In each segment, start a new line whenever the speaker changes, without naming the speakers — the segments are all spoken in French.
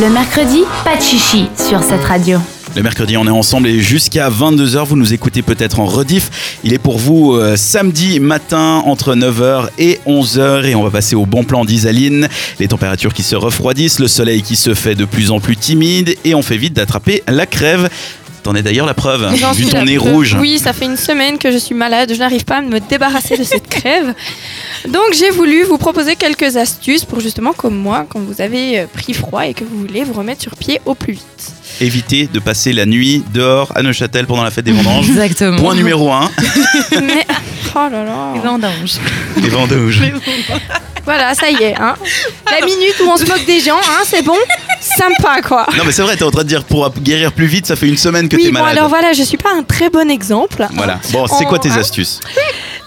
Le mercredi, pas de chichi sur cette radio.
Le mercredi, on est ensemble et jusqu'à 22h, vous nous écoutez peut-être en rediff. Il est pour vous euh, samedi matin entre 9h et 11h et on va passer au bon plan d'Isaline. Les températures qui se refroidissent, le soleil qui se fait de plus en plus timide et on fait vite d'attraper la crève. T'en es d'ailleurs la preuve, hein.
J'en
vu
suis
ton
la
nez
preuve.
rouge.
Oui, ça fait une semaine que je suis malade, je n'arrive pas à me débarrasser de cette crève. Donc j'ai voulu vous proposer quelques astuces pour justement comme moi, quand vous avez euh, pris froid et que vous voulez vous remettre sur pied au plus vite.
Évitez de passer la nuit dehors à Neuchâtel pendant la fête des vendanges.
Exactement.
Point numéro 1,
Mais oh là là.
Eh ben,
Les vendanges.
les vendanges.
Voilà, ça y est, hein. La minute où on se moque des gens, hein, c'est bon, sympa quoi.
Non mais c'est vrai, t'es en train de dire pour guérir plus vite, ça fait une semaine que t'es
oui, bon
malade.
alors voilà, je suis pas un très bon exemple.
Voilà. Bon, c'est
On-
quoi tes
hein
astuces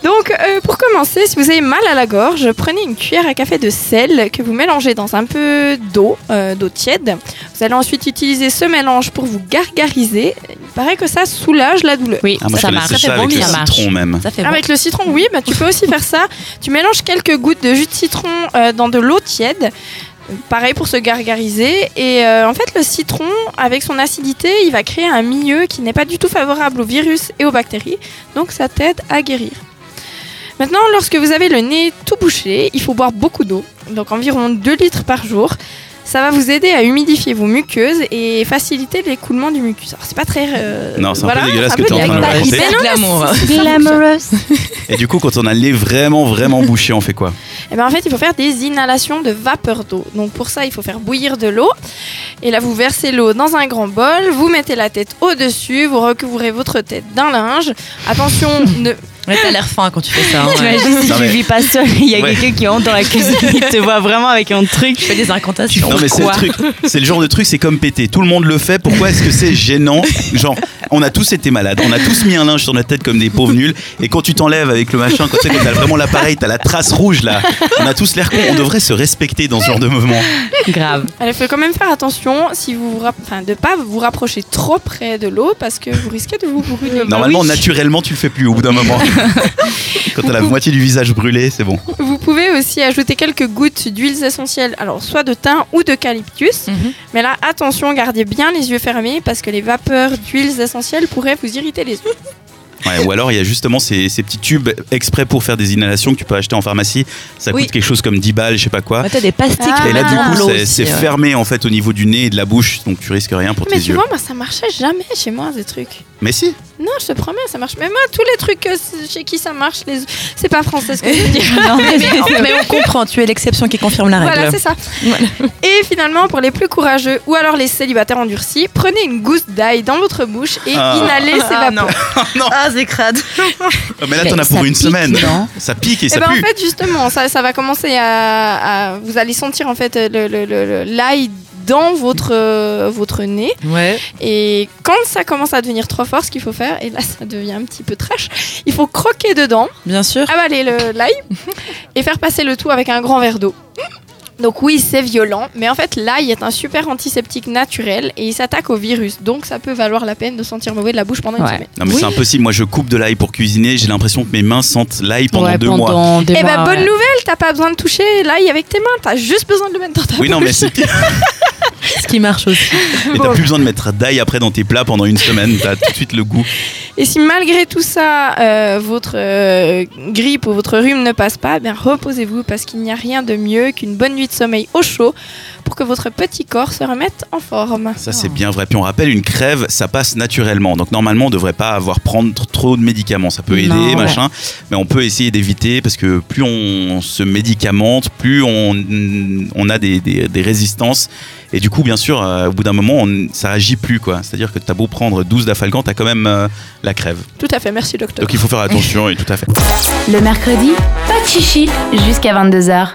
Donc, euh, pour commencer, si vous avez mal à la gorge, prenez une cuillère à café de sel que vous mélangez dans un peu d'eau, euh, d'eau tiède. Vous allez ensuite utiliser ce mélange pour vous gargariser. Il paraît que ça soulage la douleur.
Oui,
Ah, moi,
ça
je
marche.
connaissais ça,
fait
avec
vomir.
le
Ça marche.
citron même.
Ça
Ah,
fait
Avec le citron, oui, bah, tu peux aussi faire ça. Tu mélanges quelques gouttes de jus de citron euh, dans de l'eau tiède. Euh, Pareil pour se gargariser. Et euh, en fait, le citron, avec son acidité, il va créer un milieu qui n'est pas du tout favorable aux virus et aux bactéries. Donc, ça t'aide à guérir. Maintenant, lorsque vous avez le nez tout bouché, il faut boire beaucoup d'eau. Donc, environ 2 litres par jour. Ça va vous aider à humidifier vos muqueuses et faciliter l'écoulement du mucus. Alors, c'est pas très. euh,
Non, c'est un peu
voilà,
dégueulasse
c'est
ce que t'es en train de
dégueulasse.
Bah,
raconter.
Mais non, mais
Glamour.
c'est- c'est- c'est-
Glamorous.
Et du coup, quand on a le nez vraiment, vraiment bouché, on fait quoi
Eh ben, en fait, il faut faire des inhalations de vapeur d'eau. Donc pour ça, il faut faire bouillir de l'eau. Et là, vous versez l'eau dans un grand bol, vous mettez la tête au-dessus, vous recouvrez votre tête d'un linge. Attention, ne...
Ouais, T'as l'air fin quand tu fais ça. hein, ouais.
T'imagines si
Non,
tu
mais-
vis pas seul, il y a
Ouais.
quelqu'un qui entre dans la cuisine, il te voit vraiment avec un
Je
truc.
fais des incantations.
Non mais c'est le
Quoi
truc, c'est le genre de truc, c'est comme péter. Tout le monde le fait. Pourquoi est-ce que c'est gênant Genre, on a tous été malades, on a tous mis un linge sur notre tête comme des pauvres nuls. Et quand tu t'enlèves avec le machin, quand tu sais que t'as vraiment l'appareil, t'as la trace rouge là. On a tous l'air con. On devrait se respecter dans ce genre de moment.
Grave.
Alors, il faut quand même faire attention si vous vous rap- enfin, de pas vous rapprocher trop près de l'eau parce que vous risquez de vous brûler.
Normalement,
Bah oui.
naturellement, tu le fais plus au bout d'un moment. Quand t'as la moitié du visage brûlé, c'est bon.
Vous pouvez aussi ajouter quelques gouttes d'huiles essentielles, alors soit de thym ou d'eucalyptus.
Mhm.
Mais là, attention, gardez bien les yeux fermés parce que les vapeurs d'huiles essentielles pourraient vous irriter les yeux.
Ouais, ou alors, il y a justement ces, ces petits tubes exprès pour faire des inhalations que tu peux acheter en pharmacie. Ça coûte
Oui.
quelque chose comme 10 balles, je sais pas quoi.
Ouais, T'as des pastilles.
Ah.
Et là, du coup,
L'eau
c'est-
aussi,
c'est
ouais.
fermé en fait au niveau du nez et de la bouche, donc tu risques rien pour
Mais
tes
tu
yeux.
vois, moi, ça marchait jamais chez moi, des trucs.
Mais si,
Non, je te promets, ça marche. Mais moi, tous les trucs euh, c- chez qui ça marche, les... c'est pas français ce que je veux dire.
Non, mais, mais on comprend, tu es l'exception qui confirme la règle.
Voilà, c'est ça.
Voilà.
Et finalement, pour les plus courageux ou alors les célibataires endurcis, prenez une gousse d'ail dans votre bouche et
Ah.
inhalez ses
Ah,
vapeurs.
Ah, c'est crade.
Ah, mais là
Mais
t'en as
ça
pour une
pique,
semaine.
non
Ça pique et
Et
ça
ben en
pue.
fait, justement, ça, ça va commencer à, à- Vous allez sentir en fait le- le- le- le- l'ail dans votre, euh, votre nez.
Ouais.
Et quand ça commence à devenir trop fort, ce qu'il faut faire, et là ça devient un petit peu trash, il faut croquer dedans.
Bien sûr.
avaler le l'ail et faire passer le tout avec un grand verre d'eau. Donc oui, c'est violent, mais en fait l'ail est un super antiseptique naturel et il s'attaque au virus, donc ça peut valoir la peine de sentir mauvais de la bouche pendant une
Ouais.
semaine.
Non mais c'est impossible. Moi, je coupe de l'ail pour cuisiner. J'ai l'impression que mes mains sentent l'ail pendant
Ouais,
deux
pendant
mois.
deux
Eh
mois,
ben bonne
ouais.
nouvelle, t'as pas besoin de toucher l'ail avec tes mains, t'as juste besoin de le mettre dans ta
Oui,
bouche.
non, mais c'est pire.
Ce qui marche aussi.
Et t'as plus besoin de mettre d'ail après dans tes plats pendant une semaine. T'as tout de suite le goût.
Et si malgré tout ça, euh, votre euh, grippe ou votre rhume ne passe pas, eh bien reposez-vous parce qu'il n'y a rien de mieux qu'une bonne nuit de sommeil au chaud pour que votre petit corps se remette en forme.
Ça, c'est bien vrai. Puis on rappelle, une crève, ça passe naturellement. Donc normalement, on devrait pas avoir prendre trop de médicaments. Ça peut aider,
Non, ouais.
machin. Mais on peut essayer d'éviter parce que plus on se médicamente, plus on, on a des, des- des résistances. Et du coup, bien sûr, euh, au bout d'un moment, on- ça agit plus. quoi. C'est-à-dire que t'as beau prendre 12 d'Afalgan, t'as quand même euh, la crève.
Tout à fait, merci docteur.
Donc il faut faire attention et tout à fait.
Le mercredi, pas de chichi jusqu'à 22h.